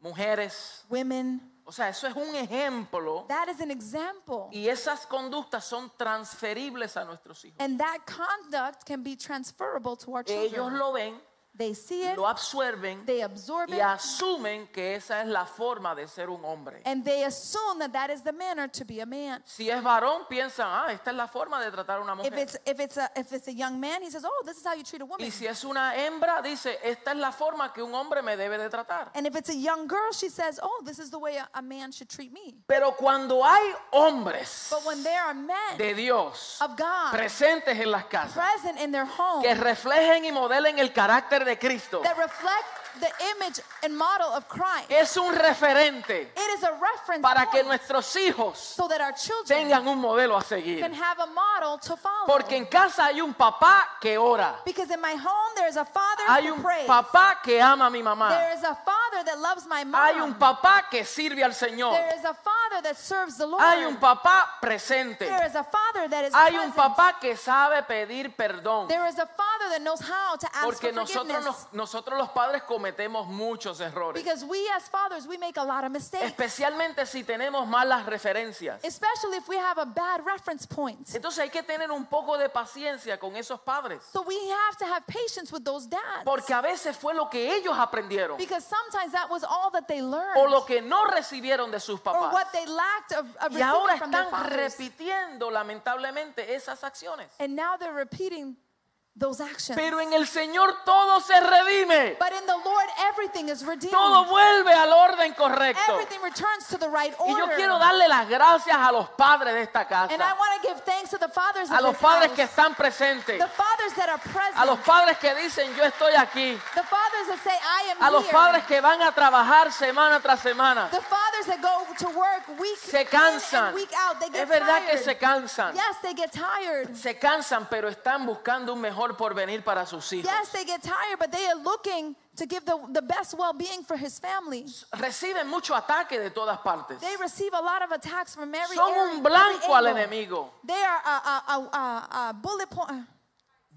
Speaker 1: mujeres.
Speaker 2: women.
Speaker 1: O sea, eso es un ejemplo
Speaker 2: That is an example.
Speaker 1: Y esas conductas son transferibles a nuestros hijos.
Speaker 2: And that conduct can be transferable to our
Speaker 1: Ellos
Speaker 2: children.
Speaker 1: lo ven,
Speaker 2: They see it,
Speaker 1: lo absorben
Speaker 2: they absorb
Speaker 1: y
Speaker 2: it,
Speaker 1: asumen que esa es la forma de ser un hombre.
Speaker 2: and they assume that that is the manner to be a man.
Speaker 1: Si es varón, piensan, ah, esta es la forma de tratar a una
Speaker 2: If
Speaker 1: mujer.
Speaker 2: it's if it's a if it's a young man, he says, "Oh, this is how you treat a woman."
Speaker 1: Y si es una hembra, dice, esta es la forma que un hombre me debe de tratar.
Speaker 2: And if it's a young girl, she says, "Oh, this is the way a, a man should treat me."
Speaker 1: Pero cuando hay hombres
Speaker 2: But when there are men
Speaker 1: de Dios
Speaker 2: of God
Speaker 1: presentes en las casas,
Speaker 2: present in their home
Speaker 1: que reflejen y modelen el carácter de Cristo,
Speaker 2: that reflect the image and model of Christ,
Speaker 1: es un referente
Speaker 2: it is a reference
Speaker 1: para que
Speaker 2: point
Speaker 1: nuestros hijos
Speaker 2: so that our children
Speaker 1: tengan un modelo a seguir.
Speaker 2: can have a model to follow.
Speaker 1: Porque en casa hay un papá que ora.
Speaker 2: Because in my home there is a father
Speaker 1: Hay
Speaker 2: who
Speaker 1: un
Speaker 2: prays.
Speaker 1: papá que ama a mi
Speaker 2: There
Speaker 1: mamá.
Speaker 2: is a father that loves my
Speaker 1: Hay un
Speaker 2: mom.
Speaker 1: papá que sirve al Señor.
Speaker 2: There is a father that serves the Lord.
Speaker 1: Hay un papá presente.
Speaker 2: There is a father that is
Speaker 1: Hay un
Speaker 2: present.
Speaker 1: papá que sabe pedir perdón.
Speaker 2: There is a father that knows how to ask
Speaker 1: Porque
Speaker 2: for
Speaker 1: nosotros,
Speaker 2: forgiveness.
Speaker 1: nos- nosotros los padres cometemos muchos errores.
Speaker 2: Because we as fathers, we make a lot of mistakes,
Speaker 1: Especialmente si tenemos malas referencias.
Speaker 2: especially if we have a bad reference point.
Speaker 1: Entonces hay que tener un poco de paciencia con esos padres.
Speaker 2: So we have to have patience with those dads.
Speaker 1: Porque a veces fue lo que ellos aprendieron
Speaker 2: Because sometimes that was all that they learned
Speaker 1: o lo que no recibieron de sus
Speaker 2: or
Speaker 1: papás.
Speaker 2: what they lacked of, of
Speaker 1: Y ahora
Speaker 2: receiving from their
Speaker 1: están
Speaker 2: fathers.
Speaker 1: repitiendo lamentablemente esas acciones.
Speaker 2: And now they're repeating those actions.
Speaker 1: Pero en el Señor todo se redime.
Speaker 2: But in the Lord, everything is redeemed.
Speaker 1: Todo vuelve al orden correcto.
Speaker 2: Everything returns to the right
Speaker 1: Y yo
Speaker 2: order.
Speaker 1: quiero darle las gracias a los padres de esta
Speaker 2: and I
Speaker 1: casa.
Speaker 2: want to give thanks to the fathers
Speaker 1: A
Speaker 2: of
Speaker 1: los
Speaker 2: this
Speaker 1: padres que
Speaker 2: house,
Speaker 1: están presentes.
Speaker 2: the fathers that are present,
Speaker 1: A los padres que dicen yo estoy aquí.
Speaker 2: the fathers that say, "I am
Speaker 1: A los
Speaker 2: here,"
Speaker 1: padres que van a trabajar semana tras semana.
Speaker 2: the fathers that go to work week
Speaker 1: Se
Speaker 2: in
Speaker 1: cansan.
Speaker 2: and week out. They get
Speaker 1: Es verdad que
Speaker 2: tired.
Speaker 1: se cansan.
Speaker 2: Yes, they get tired.
Speaker 1: Se cansan, pero están buscando un mejor porvenir para sus hijos.
Speaker 2: Yes, they get tired, but they are looking to give the, the best well-being for his family.
Speaker 1: Reciben mucho ataque de todas partes.
Speaker 2: They receive a lot of attacks from every
Speaker 1: Son
Speaker 2: area,
Speaker 1: un
Speaker 2: every
Speaker 1: blanco al
Speaker 2: angle.
Speaker 1: enemigo.
Speaker 2: They are a, a, a, a, a bullet point,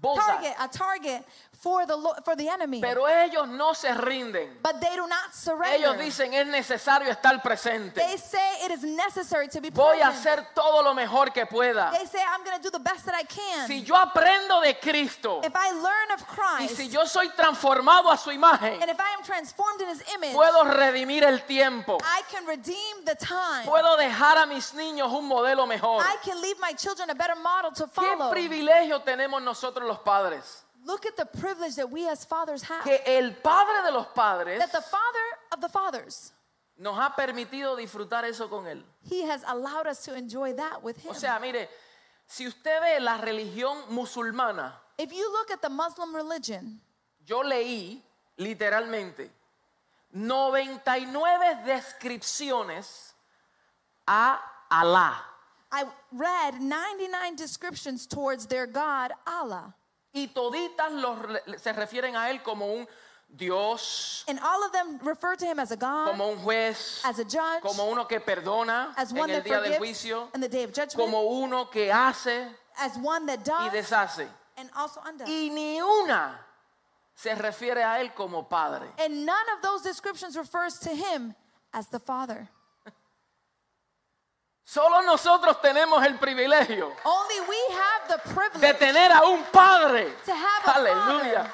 Speaker 2: target,
Speaker 1: Bullseye.
Speaker 2: a target for the lo- for the enemy.
Speaker 1: Pero ellos no se rinden.
Speaker 2: But they do not surrender.
Speaker 1: Ellos dicen es necesario estar presente.
Speaker 2: they say it is necessary to be
Speaker 1: Voy a
Speaker 2: present.
Speaker 1: hacer todo lo mejor que pueda.
Speaker 2: They say I'm going to do the best that I can.
Speaker 1: Si yo aprendo de Cristo
Speaker 2: if I learn of
Speaker 1: y
Speaker 2: Christ
Speaker 1: si yo soy transformado a su imagen,
Speaker 2: and if I am transformed in His image,
Speaker 1: puedo redimir el tiempo.
Speaker 2: I can redeem the time.
Speaker 1: Puedo dejar a mis niños un modelo mejor.
Speaker 2: I can leave my children a better model to
Speaker 1: Qué
Speaker 2: follow.
Speaker 1: privilegio tenemos nosotros los padres.
Speaker 2: Look at the privilege that we as fathers have.
Speaker 1: Que el Padre de los padres
Speaker 2: That the Father of the fathers,
Speaker 1: nos ha permitido disfrutar eso con él.
Speaker 2: He has allowed us to enjoy that with Him.
Speaker 1: O sea, mire, si usted ve la religión musulmana,
Speaker 2: If you look at the Muslim religion,
Speaker 1: Yo leí literalmente 99 descripciones a Alá
Speaker 2: I read 99 descriptions towards their God, Allah.
Speaker 1: y toditas los re- se refieren a él como un Dios,
Speaker 2: And all of them refer to him as a God,
Speaker 1: como un juez,
Speaker 2: as a judge,
Speaker 1: como uno que perdona
Speaker 2: as
Speaker 1: en
Speaker 2: one
Speaker 1: el
Speaker 2: that
Speaker 1: día del
Speaker 2: forgives
Speaker 1: juicio,
Speaker 2: in the day of judgment,
Speaker 1: como uno que hace
Speaker 2: as one that
Speaker 1: y
Speaker 2: does
Speaker 1: deshace.
Speaker 2: and also undoes.
Speaker 1: Y ni una se refiere a él como padre.
Speaker 2: And none of those descriptions refers to him as the Father.
Speaker 1: Solo nosotros tenemos el privilegio
Speaker 2: Only we have the
Speaker 1: de
Speaker 2: privilege
Speaker 1: tener a un padre.
Speaker 2: to have a
Speaker 1: Aleluya.
Speaker 2: father.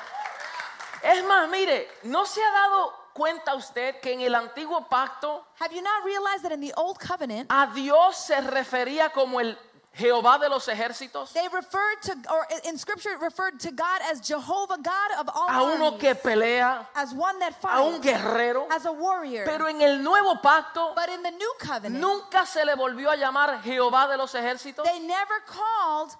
Speaker 1: Es más, mire, ¿no se ha dado cuenta usted que en el antiguo pacto
Speaker 2: Have you not realized that in the Old Covenant,
Speaker 1: a Dios se refería como el Jehová de los ejércitos?
Speaker 2: they referred to, or in Scripture, it referred to God as Jehovah, God of all
Speaker 1: A uno
Speaker 2: armies,
Speaker 1: que pelea,
Speaker 2: as one that
Speaker 1: a un
Speaker 2: fights,
Speaker 1: guerrero.
Speaker 2: as a warrior.
Speaker 1: Pero en el nuevo pacto
Speaker 2: But in the New Covenant,
Speaker 1: nunca se le volvió a llamar Jehová de los ejércitos.
Speaker 2: they never called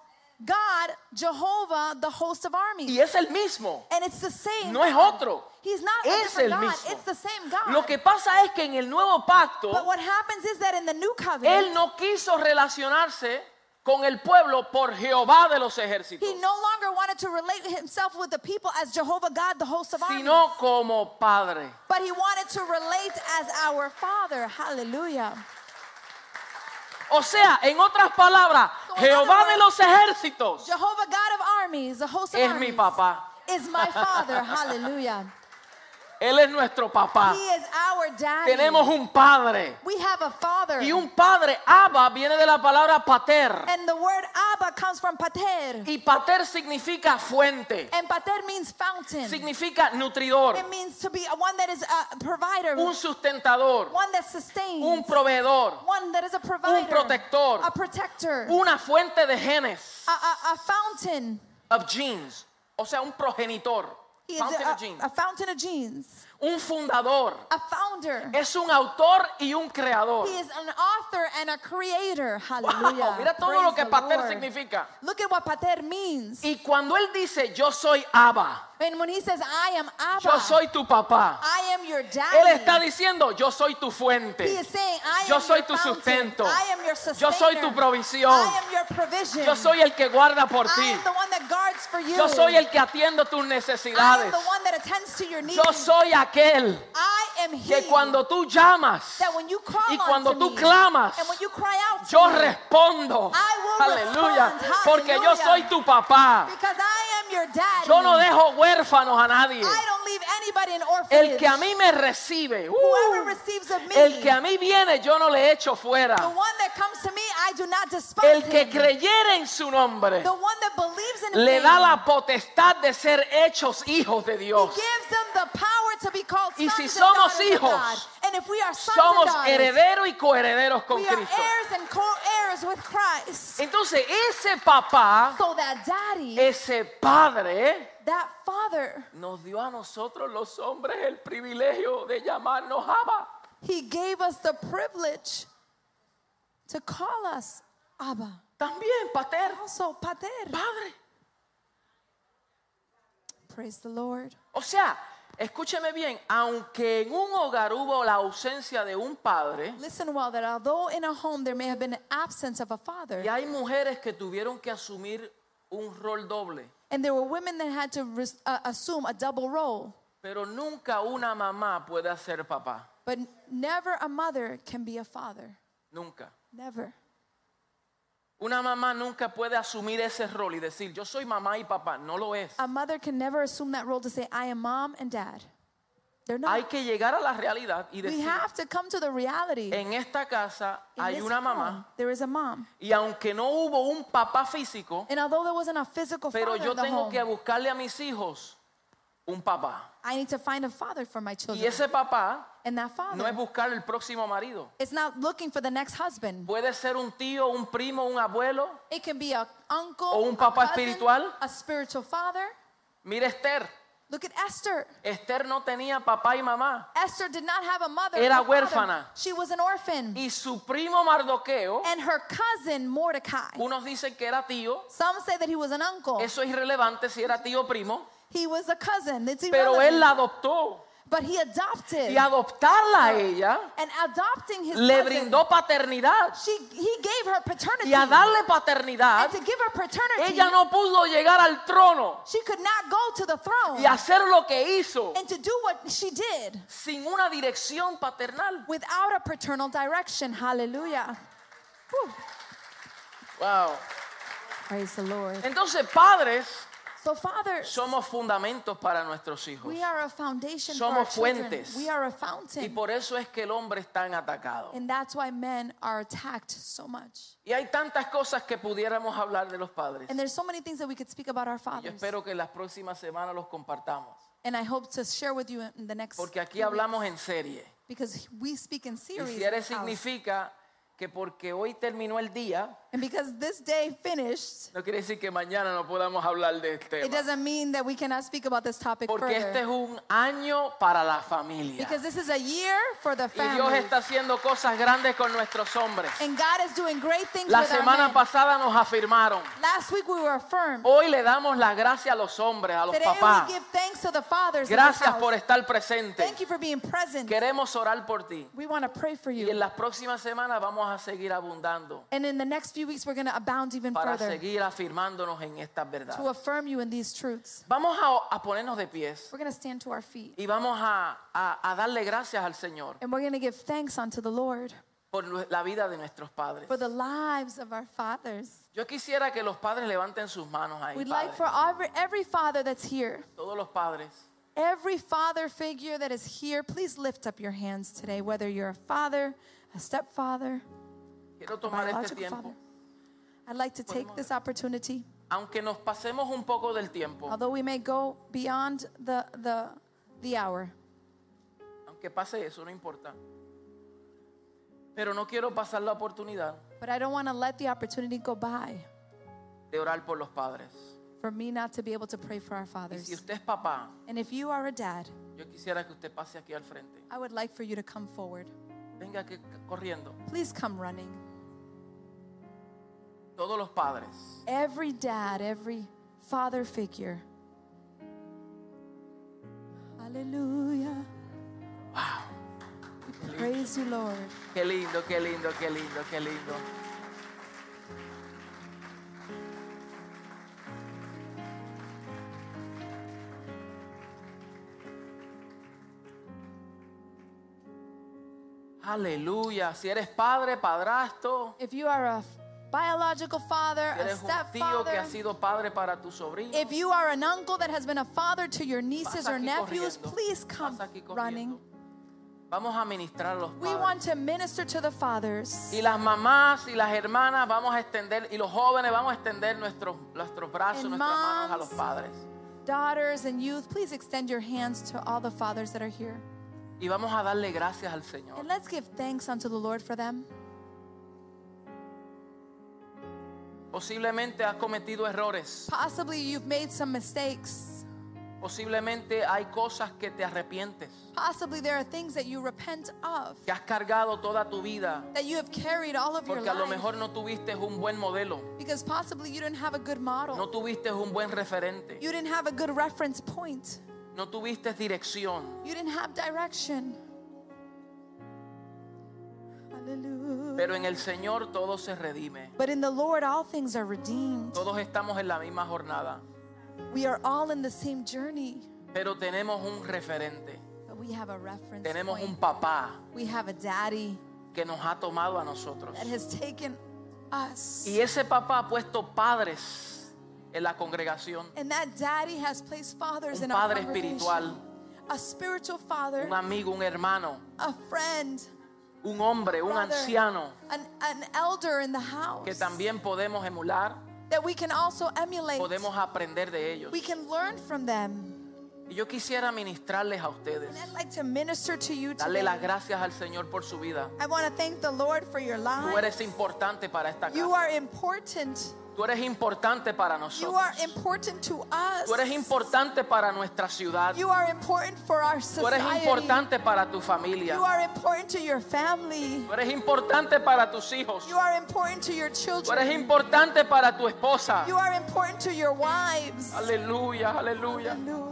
Speaker 2: God Jehovah, the host of armies.
Speaker 1: Y es el mismo.
Speaker 2: And it's the same.
Speaker 1: No es
Speaker 2: God.
Speaker 1: otro.
Speaker 2: He's not
Speaker 1: Es
Speaker 2: a different
Speaker 1: el
Speaker 2: God.
Speaker 1: mismo.
Speaker 2: It's the same God.
Speaker 1: Lo que pasa es que en el nuevo pacto
Speaker 2: but what happens is that in the new covenant,
Speaker 1: Él no quiso relacionarse con el pueblo por Jehová de los ejércitos,
Speaker 2: he no longer wanted to relate himself with the people as Jehovah God, the host of armies.
Speaker 1: sino como Padre.
Speaker 2: But he wanted to relate as our Father. Hallelujah.
Speaker 1: O sea, en otras palabras,
Speaker 2: So in
Speaker 1: Jehová
Speaker 2: other
Speaker 1: de los ejércitos
Speaker 2: Jehovah God of armies, the host of
Speaker 1: es mi
Speaker 2: armies,
Speaker 1: papá.
Speaker 2: is my
Speaker 1: [laughs]
Speaker 2: Father. Hallelujah.
Speaker 1: Él es nuestro papá.
Speaker 2: He is our daddy.
Speaker 1: Tenemos un padre.
Speaker 2: we have a Father.
Speaker 1: Y un padre, Abba, viene de la palabra pater.
Speaker 2: and the word Abba comes from pater.
Speaker 1: Y pater significa fuente,
Speaker 2: And pater means fountain.
Speaker 1: significa nutridor,
Speaker 2: It means to be a- one that is a provider,
Speaker 1: un sustentador,
Speaker 2: one that sustains,
Speaker 1: un proveedor,
Speaker 2: one that is a provider,
Speaker 1: protector.
Speaker 2: a protector,
Speaker 1: una fuente de genes,
Speaker 2: a, a, a fountain.
Speaker 1: of genes, o sea, un progenitor,
Speaker 2: He is
Speaker 1: fountain
Speaker 2: a,
Speaker 1: of genes,
Speaker 2: a fountain of genes,
Speaker 1: un fundador,
Speaker 2: a founder.
Speaker 1: es un autor y un creador.
Speaker 2: He is an author and a creator. Hallelujah.
Speaker 1: Wow, mira todo lo
Speaker 2: Praise
Speaker 1: que
Speaker 2: the
Speaker 1: pater
Speaker 2: Lord.
Speaker 1: significa.
Speaker 2: Look at what pater means.
Speaker 1: Y cuando él dice, yo soy Abba,
Speaker 2: And when he says, I am Abba,
Speaker 1: yo soy tu papá,
Speaker 2: I am your
Speaker 1: él está
Speaker 2: daddy.
Speaker 1: diciendo, yo soy tu
Speaker 2: He
Speaker 1: fuente,
Speaker 2: is saying, I
Speaker 1: Yo
Speaker 2: am
Speaker 1: soy
Speaker 2: your
Speaker 1: tu
Speaker 2: fountain.
Speaker 1: sustento.
Speaker 2: I am your
Speaker 1: Yo soy tu
Speaker 2: sustainer.
Speaker 1: provisión.
Speaker 2: I am your provision.
Speaker 1: yo soy el que guarda por
Speaker 2: I
Speaker 1: ti,
Speaker 2: am the one that guards for you.
Speaker 1: yo soy el que atiendo tus
Speaker 2: I am
Speaker 1: necesidades,
Speaker 2: the one that attends to your needs.
Speaker 1: yo soy aquel
Speaker 2: I am he
Speaker 1: que cuando tú llamas,
Speaker 2: that when you call
Speaker 1: y cuando
Speaker 2: unto
Speaker 1: tú
Speaker 2: me,
Speaker 1: clamas,
Speaker 2: and when you cry out to
Speaker 1: yo
Speaker 2: me,
Speaker 1: respondo,
Speaker 2: I will
Speaker 1: aleluya,
Speaker 2: respond,
Speaker 1: porque yo
Speaker 2: hallelujah.
Speaker 1: soy tu papá.
Speaker 2: because I am your daddy.
Speaker 1: Yo no dejo huérfanos a nadie.
Speaker 2: I don't leave anybody in orphanage.
Speaker 1: El que a mí me recibe, uh,
Speaker 2: Whoever receives of me,
Speaker 1: el que a mí viene, yo no le echo fuera.
Speaker 2: the one that comes to me, I do not despise
Speaker 1: El que
Speaker 2: him.
Speaker 1: creyere en su nombre,
Speaker 2: the one that believes in
Speaker 1: le
Speaker 2: him,
Speaker 1: da la potestad de ser hechos hijos de
Speaker 2: he
Speaker 1: Dios.
Speaker 2: gives them the power to be called
Speaker 1: Y
Speaker 2: sons
Speaker 1: si
Speaker 2: and
Speaker 1: somos
Speaker 2: daughters of
Speaker 1: hijos,
Speaker 2: God. And if we are sons
Speaker 1: Somos
Speaker 2: and daughters,
Speaker 1: herederos y coherederos con
Speaker 2: we are
Speaker 1: Cristo.
Speaker 2: heirs and co-heirs with Christ.
Speaker 1: Entonces, ese papá,
Speaker 2: So that daddy,
Speaker 1: ese padre,
Speaker 2: that father,
Speaker 1: nos dio a nosotros los hombres el privilegio de llamarnos Abba.
Speaker 2: he gave us the privilege to call us Abba.
Speaker 1: También, pater,
Speaker 2: Also, pater.
Speaker 1: padre.
Speaker 2: Praise the Lord.
Speaker 1: O sea, escúcheme bien, aunque en un hogar hubo la ausencia de un padre,
Speaker 2: Listen well that although in a home there may have been an absence of a father,
Speaker 1: y hay mujeres que tuvieron que asumir un rol doble,
Speaker 2: and there were women that had to res- uh, assume a double role,
Speaker 1: pero nunca una mamá puede hacer papá,
Speaker 2: but never a mother can be a father.
Speaker 1: nunca.
Speaker 2: Never.
Speaker 1: Una mamá nunca puede asumir ese rol y decir, yo soy mamá y papá, no lo es.
Speaker 2: A mother can never assume that role to say, I am mom and dad. They're
Speaker 1: Hay
Speaker 2: not.
Speaker 1: que llegar a la realidad y
Speaker 2: We
Speaker 1: decir,
Speaker 2: have to come to the reality.
Speaker 1: en esta casa
Speaker 2: In
Speaker 1: hay
Speaker 2: this
Speaker 1: una
Speaker 2: home,
Speaker 1: mamá
Speaker 2: There is a mom.
Speaker 1: y aunque no hubo un papá físico,
Speaker 2: And although there wasn't a physical
Speaker 1: Pero
Speaker 2: father
Speaker 1: yo
Speaker 2: in the
Speaker 1: tengo
Speaker 2: home,
Speaker 1: que buscarle a mis hijos un papá.
Speaker 2: I need to find a father for my
Speaker 1: Y
Speaker 2: children.
Speaker 1: ese papá
Speaker 2: and that father
Speaker 1: no es buscar el próximo marido.
Speaker 2: is not looking for the next husband.
Speaker 1: Puede ser un tío, un primo, un abuelo.
Speaker 2: It can be a uncle,
Speaker 1: O un
Speaker 2: a
Speaker 1: papá
Speaker 2: cousin,
Speaker 1: espiritual.
Speaker 2: a spiritual father.
Speaker 1: Mira Esther,
Speaker 2: Look at Esther.
Speaker 1: Esther no tenía papá y mamá.
Speaker 2: Esther did not have a mother.
Speaker 1: Era
Speaker 2: or father.
Speaker 1: huérfana.
Speaker 2: She was an orphan.
Speaker 1: Y su primo Mardoqueo,
Speaker 2: And her cousin Mordecai.
Speaker 1: unos dicen que era tío.
Speaker 2: Some say that he was an uncle.
Speaker 1: Eso es irrelevante si era tío o primo.
Speaker 2: He was a cousin. It's
Speaker 1: Pero él
Speaker 2: irrelevant.
Speaker 1: la adoptó.
Speaker 2: But he adopted.
Speaker 1: Y adoptarla a ella
Speaker 2: And adopting his
Speaker 1: le
Speaker 2: cousin,
Speaker 1: brindó paternidad.
Speaker 2: she, he gave her paternity.
Speaker 1: Y a darle paternidad,
Speaker 2: and to give her paternity,
Speaker 1: ella no pudo llegar al trono
Speaker 2: she could not go to the throne.
Speaker 1: y hacer lo que hizo
Speaker 2: And to do what she did
Speaker 1: sin una dirección paternal.
Speaker 2: without a paternal direction. Hallelujah. Whew.
Speaker 1: Wow.
Speaker 2: Praise the Lord.
Speaker 1: Entonces, padres
Speaker 2: So, Father,
Speaker 1: somos fundamentos para nuestros hijos.
Speaker 2: we are a foundation for
Speaker 1: Somos
Speaker 2: our children.
Speaker 1: fuentes.
Speaker 2: We are a
Speaker 1: Y
Speaker 2: fountain.
Speaker 1: por eso es que el hombre es tan atacado.
Speaker 2: And that's why men are attacked so much.
Speaker 1: Y hay tantas cosas que pudiéramos hablar de los padres.
Speaker 2: And there's so many things that we could speak about our
Speaker 1: Yo
Speaker 2: fathers.
Speaker 1: espero que las próximas semanas los compartamos.
Speaker 2: And I hope to share with you in the next
Speaker 1: Porque aquí
Speaker 2: few
Speaker 1: hablamos
Speaker 2: weeks.
Speaker 1: en serie.
Speaker 2: because we speak in
Speaker 1: Y
Speaker 2: series.
Speaker 1: si eres
Speaker 2: in this house.
Speaker 1: significa que porque hoy terminó el día,
Speaker 2: And because this day finished,
Speaker 1: no quiere decir que mañana no podamos hablar de este tema.
Speaker 2: it doesn't mean that we cannot speak about this topic
Speaker 1: Porque este es
Speaker 2: further.
Speaker 1: un año para la familia.
Speaker 2: Because this is a year for the
Speaker 1: Y Dios
Speaker 2: family.
Speaker 1: está haciendo cosas grandes con nuestros hombres.
Speaker 2: And God is doing great things
Speaker 1: La
Speaker 2: with our
Speaker 1: semana
Speaker 2: men.
Speaker 1: pasada nos afirmaron.
Speaker 2: Last week we were affirmed.
Speaker 1: Hoy le damos las gracias a los hombres, a los
Speaker 2: Today
Speaker 1: papás.
Speaker 2: we give thanks to the fathers. in this
Speaker 1: Gracias
Speaker 2: house.
Speaker 1: por estar presente.
Speaker 2: Thank you for being present.
Speaker 1: Queremos orar por ti.
Speaker 2: We want to pray for
Speaker 1: Y en
Speaker 2: you.
Speaker 1: las próximas semanas vamos a seguir abundando
Speaker 2: And in the next few weeks, we're going to abound even
Speaker 1: para
Speaker 2: further
Speaker 1: seguir afirmándonos en estas
Speaker 2: to
Speaker 1: verdades.
Speaker 2: affirm you in these truths.
Speaker 1: Vamos a, a ponernos de pies
Speaker 2: We're going to stand to our feet
Speaker 1: y vamos a, a- a darle gracias al Señor
Speaker 2: and we're going to give thanks unto the Lord
Speaker 1: por nue- la vida de nuestros padres.
Speaker 2: for the lives of our fathers.
Speaker 1: Yo quisiera que los padres levanten sus manos ahí.
Speaker 2: We'd like
Speaker 1: padres.
Speaker 2: for every, every father that's here,
Speaker 1: Todos los padres.
Speaker 2: every father figure that is here, please lift up your hands today, whether you're a father, a stepfather,
Speaker 1: Quiero
Speaker 2: a
Speaker 1: tomar este
Speaker 2: biological
Speaker 1: tiempo.
Speaker 2: father. I'd like to take this opportunity,
Speaker 1: Aunque nos pasemos un poco del tiempo,
Speaker 2: although we may go beyond the, the, the hour.
Speaker 1: aunque pase eso, no importa. Pero no quiero pasar la oportunidad
Speaker 2: But I don't want to let the opportunity go by
Speaker 1: de orar por los padres.
Speaker 2: for me not to be able to pray for our
Speaker 1: Y si
Speaker 2: fathers.
Speaker 1: usted es papá,
Speaker 2: And if you are a dad,
Speaker 1: yo quisiera que usted pase aquí al frente.
Speaker 2: I would like for you to come forward.
Speaker 1: Venga aquí corriendo.
Speaker 2: Please come running.
Speaker 1: Todos los padres.
Speaker 2: Every dad, every father figure. Hallelujah. Wow. Praise you, Lord.
Speaker 1: Qué lindo, qué lindo, qué lindo, qué lindo. Aleluya. Si eres padre, padrastro,
Speaker 2: If you are a f- biological father,
Speaker 1: si
Speaker 2: a
Speaker 1: eres un tío que
Speaker 2: stepfather,
Speaker 1: ha sido padre para tu sobrino,
Speaker 2: if you are an uncle that has been a father to your nieces
Speaker 1: pasa
Speaker 2: or
Speaker 1: aquí
Speaker 2: nephews,
Speaker 1: corriendo,
Speaker 2: please come
Speaker 1: pasa aquí corriendo.
Speaker 2: running.
Speaker 1: Vamos a ministrar a los
Speaker 2: We
Speaker 1: padres.
Speaker 2: want to minister to the fathers.
Speaker 1: Y las mamás y las hermanas vamos a extender, y los jóvenes vamos a extender nuestros, nuestros brazos, nuestras
Speaker 2: And
Speaker 1: manos a
Speaker 2: moms.
Speaker 1: los padres.
Speaker 2: Daughters and youth, please extend your hands to all the fathers that are here.
Speaker 1: Y vamos a darle gracias al
Speaker 2: And
Speaker 1: Señor.
Speaker 2: let's give thanks unto the Lord for them.
Speaker 1: Posiblemente has cometido errores.
Speaker 2: Possibly you've made some mistakes.
Speaker 1: Posiblemente hay cosas que te arrepientes,
Speaker 2: Possibly there are things that you repent of,
Speaker 1: que has cargado toda tu vida,
Speaker 2: that you have carried all of your
Speaker 1: porque a lo
Speaker 2: life.
Speaker 1: mejor no tuviste un buen modelo,
Speaker 2: Because possibly you didn't have a good
Speaker 1: no
Speaker 2: model.
Speaker 1: tuviste un buen referente,
Speaker 2: You didn't have a good reference point.
Speaker 1: no tuviste dirección.
Speaker 2: You didn't have direction. Hallelujah.
Speaker 1: Pero en el Señor todo se redime.
Speaker 2: But in the Lord, all things are redeemed.
Speaker 1: Todos estamos en la misma jornada,
Speaker 2: We are all in the same journey.
Speaker 1: pero tenemos un referente,
Speaker 2: But we have a reference
Speaker 1: tenemos
Speaker 2: point.
Speaker 1: un papá.
Speaker 2: We have a daddy
Speaker 1: que nos ha tomado a nosotros.
Speaker 2: that has taken us.
Speaker 1: Y ese papá ha puesto padres en la congregación,
Speaker 2: And that daddy has placed fathers
Speaker 1: Un
Speaker 2: in our
Speaker 1: padre
Speaker 2: congregation.
Speaker 1: espiritual.
Speaker 2: A spiritual father,
Speaker 1: un amigo, un hermano,
Speaker 2: a friend,
Speaker 1: un hombre, un
Speaker 2: brother,
Speaker 1: anciano,
Speaker 2: an, an elder in the house
Speaker 1: que también podemos emular,
Speaker 2: that we can also emulate.
Speaker 1: podemos aprender de ellos.
Speaker 2: We can learn from them.
Speaker 1: Y yo quisiera ministrarles a ustedes.
Speaker 2: And I'd like to minister to you
Speaker 1: Darle
Speaker 2: today.
Speaker 1: las gracias al Señor por su vida.
Speaker 2: I want to thank the Lord for your
Speaker 1: Tú
Speaker 2: life.
Speaker 1: eres importante para esta
Speaker 2: You
Speaker 1: casa.
Speaker 2: are important.
Speaker 1: Tú eres importante para
Speaker 2: You
Speaker 1: nosotros.
Speaker 2: are important to us.
Speaker 1: Tú eres importante para nuestra ciudad.
Speaker 2: You are important for our
Speaker 1: Tú eres
Speaker 2: society.
Speaker 1: importante para tu familia.
Speaker 2: You are important to your family.
Speaker 1: Tú eres importante para tus hijos.
Speaker 2: You are important to your
Speaker 1: Tú eres
Speaker 2: children.
Speaker 1: importante para tu esposa.
Speaker 2: You are important to your wives.
Speaker 1: Aleluya, aleluya.
Speaker 2: Hallelujah.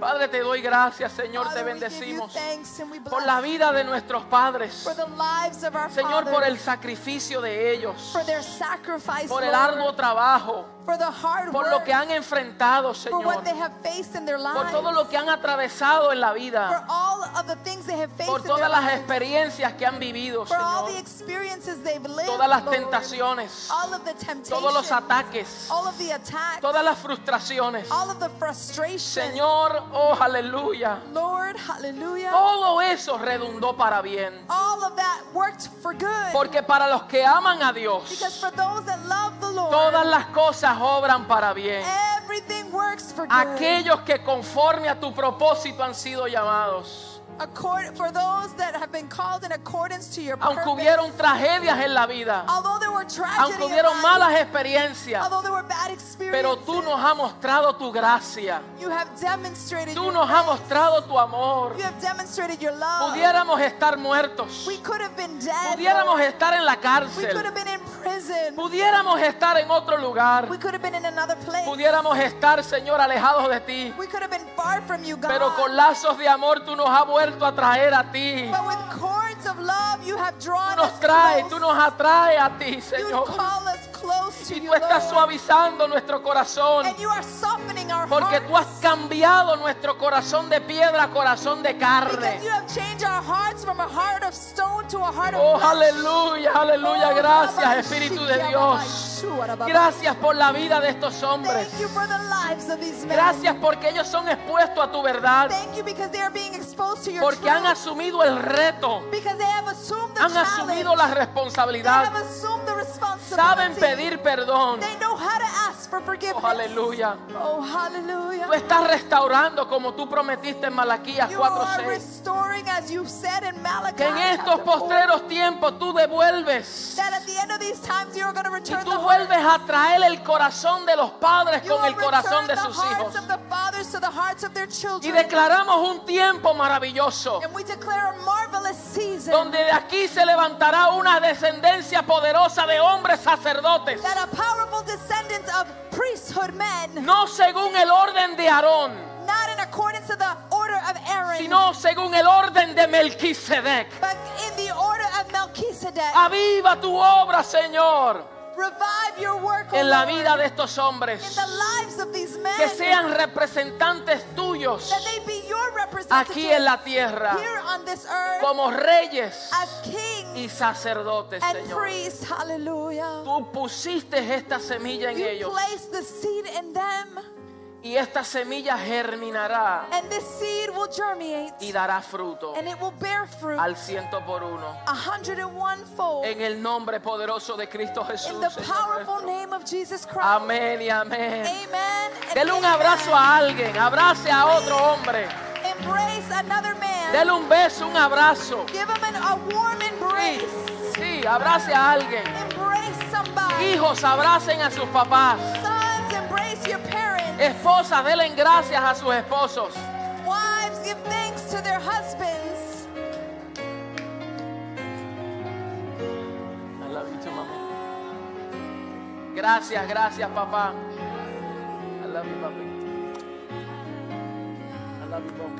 Speaker 1: Padre, te doy gracias, Señor, te
Speaker 2: Father, we give you
Speaker 1: bendecimos
Speaker 2: thanks and we bless
Speaker 1: por la vida de nuestros padres.
Speaker 2: for the lives of our
Speaker 1: Señor, por el
Speaker 2: fathers,
Speaker 1: sacrificio de ellos,
Speaker 2: for their sacrifice,
Speaker 1: por el
Speaker 2: Lord,
Speaker 1: arduo trabajo,
Speaker 2: for the hard
Speaker 1: por lo
Speaker 2: work,
Speaker 1: que han enfrentado,
Speaker 2: for
Speaker 1: Señor,
Speaker 2: what they have faced in their
Speaker 1: por
Speaker 2: lives,
Speaker 1: todo lo que han atravesado en la
Speaker 2: for
Speaker 1: vida,
Speaker 2: all of the things they have faced
Speaker 1: por
Speaker 2: in their
Speaker 1: todas las
Speaker 2: lives,
Speaker 1: experiencias que han vivido,
Speaker 2: for all the
Speaker 1: Señor,
Speaker 2: experiences they've lived,
Speaker 1: todas las
Speaker 2: Lord,
Speaker 1: tentaciones,
Speaker 2: all of the temptations,
Speaker 1: todos los ataques,
Speaker 2: all of the attacks,
Speaker 1: todas las frustraciones.
Speaker 2: all of the frustration.
Speaker 1: Señor, oh, aleluya.
Speaker 2: Lord, hallelujah.
Speaker 1: Todo eso redundó para bien.
Speaker 2: All of that worked for good.
Speaker 1: Porque para los que aman a
Speaker 2: because
Speaker 1: Dios,
Speaker 2: for those that love the Lord,
Speaker 1: todas las cosas obran para bien.
Speaker 2: everything works for good.
Speaker 1: Aquellos que conforme a tu propósito han sido llamados.
Speaker 2: Accord, for those that have been called in accordance to your
Speaker 1: Aunque
Speaker 2: purpose.
Speaker 1: hubieron tragedias en la vida,
Speaker 2: although there were tragedy
Speaker 1: aunque
Speaker 2: in
Speaker 1: hubieron
Speaker 2: life,
Speaker 1: malas experiencias,
Speaker 2: although there were bad experiences,
Speaker 1: pero tú nos has mostrado tu gracia.
Speaker 2: you have demonstrated
Speaker 1: Tú
Speaker 2: your
Speaker 1: nos has
Speaker 2: grace.
Speaker 1: mostrado tu amor.
Speaker 2: You have demonstrated your love.
Speaker 1: Pudiéramos estar muertos.
Speaker 2: we could have been dead.
Speaker 1: Pudiéramos
Speaker 2: Lord.
Speaker 1: estar en la
Speaker 2: we could
Speaker 1: cárcel.
Speaker 2: have been in prison.
Speaker 1: Pudiéramos estar en otro lugar.
Speaker 2: we could have been in another place.
Speaker 1: Pudiéramos estar, Señor, alejados de ti.
Speaker 2: we could have been far from you, God.
Speaker 1: Pero con lazos de amor tú nos has vuelto a traer a ti.
Speaker 2: But with cords of love, you have
Speaker 1: Tú
Speaker 2: drawn
Speaker 1: nos
Speaker 2: us
Speaker 1: traes, tú
Speaker 2: close.
Speaker 1: nos atraes a ti,
Speaker 2: you
Speaker 1: Señor.
Speaker 2: call us close to
Speaker 1: Y
Speaker 2: you,
Speaker 1: tú estás
Speaker 2: Lord.
Speaker 1: suavizando nuestro corazón.
Speaker 2: And you are softening our
Speaker 1: Porque
Speaker 2: hearts.
Speaker 1: tú has cambiado nuestro corazón de piedra a corazón de carne.
Speaker 2: Because you have changed our hearts from a heart of stone to a heart of
Speaker 1: Oh,
Speaker 2: flesh.
Speaker 1: aleluya, aleluya.
Speaker 2: Oh,
Speaker 1: Gracias,
Speaker 2: Rabbi
Speaker 1: Espíritu de
Speaker 2: Shikia,
Speaker 1: Dios.
Speaker 2: Rabbi Shua, Rabbi.
Speaker 1: Gracias por la vida de estos hombres.
Speaker 2: Thank you for the lives of these men.
Speaker 1: Gracias porque ellos son expuestos a tu verdad.
Speaker 2: Thank you because they are being exposed to your
Speaker 1: Porque
Speaker 2: truth.
Speaker 1: han asumido el reto.
Speaker 2: because they have assumed the
Speaker 1: Han
Speaker 2: challenge.
Speaker 1: asumido la
Speaker 2: they have
Speaker 1: responsabilidad.
Speaker 2: assumed the responsibility.
Speaker 1: Saben pedir perdón.
Speaker 2: They know how to ask for forgiveness.
Speaker 1: Oh, aleluya.
Speaker 2: Oh, hallelujah.
Speaker 1: Tú estás restaurando como tú prometiste en Malaquías
Speaker 2: you are
Speaker 1: 4:6.
Speaker 2: restoring as you've said in Malachi.
Speaker 1: Que en estos
Speaker 2: chapter four,
Speaker 1: postreros tiempos tú devuelves.
Speaker 2: That at the end of these times you are going to
Speaker 1: Y
Speaker 2: return
Speaker 1: tú
Speaker 2: the
Speaker 1: vuelves a traer el corazón de los padres
Speaker 2: You
Speaker 1: con
Speaker 2: will
Speaker 1: el corazón
Speaker 2: return
Speaker 1: de
Speaker 2: the
Speaker 1: sus hijos.
Speaker 2: hearts of the fathers to the hearts of their
Speaker 1: Y
Speaker 2: children.
Speaker 1: declaramos un tiempo maravilloso.
Speaker 2: And we declare a marvelous season
Speaker 1: Donde de aquí se levantará una descendencia poderosa de hombres sacerdotes.
Speaker 2: that a powerful descendant of priesthood men,
Speaker 1: No según el orden de Aarón,
Speaker 2: not in accordance to the order of Aaron,
Speaker 1: sino según el orden de Melquisedec.
Speaker 2: but in the order of Melchizedek.
Speaker 1: Ah. Aviva tu obra, Señor,
Speaker 2: Revive your work O
Speaker 1: en la
Speaker 2: Lord,
Speaker 1: vida de estos
Speaker 2: in
Speaker 1: hombres.
Speaker 2: the lives of these men,
Speaker 1: Que sean representantes tuyos
Speaker 2: that they be your representatives
Speaker 1: aquí en la tierra,
Speaker 2: here on this earth
Speaker 1: como reyes
Speaker 2: as kings
Speaker 1: y sacerdotes,
Speaker 2: and
Speaker 1: Señor.
Speaker 2: priests. Hallelujah.
Speaker 1: Tú pusiste esta semilla en
Speaker 2: You
Speaker 1: ellos
Speaker 2: place the seed in them,
Speaker 1: y esta semilla germinará
Speaker 2: and this seed will germinate.
Speaker 1: y dará fruto
Speaker 2: and it will bear fruit
Speaker 1: al ciento por uno.
Speaker 2: a hundred and one fold
Speaker 1: En el nombre poderoso de Cristo Jesús.
Speaker 2: in the
Speaker 1: Señor
Speaker 2: powerful
Speaker 1: nuestro.
Speaker 2: name of Jesus Christ.
Speaker 1: Amén y amén.
Speaker 2: Amen. and
Speaker 1: Dele un
Speaker 2: amen.
Speaker 1: abrazo a alguien, abrace a otro hombre.
Speaker 2: Embrace another man.
Speaker 1: Dele un beso, un abrazo.
Speaker 2: Give him an, a warm
Speaker 1: Sí,
Speaker 2: embrace.
Speaker 1: sí, abrace a alguien.
Speaker 2: Embrace somebody.
Speaker 1: Hijos, abracen a sus papás.
Speaker 2: Sons, embrace your parents.
Speaker 1: Esposas, denle gracias a sus esposos.
Speaker 2: Wives, give thanks to their husbands.
Speaker 1: I love you too, mami. Gracias, gracias, papá. I love you, papi. I love you, papá.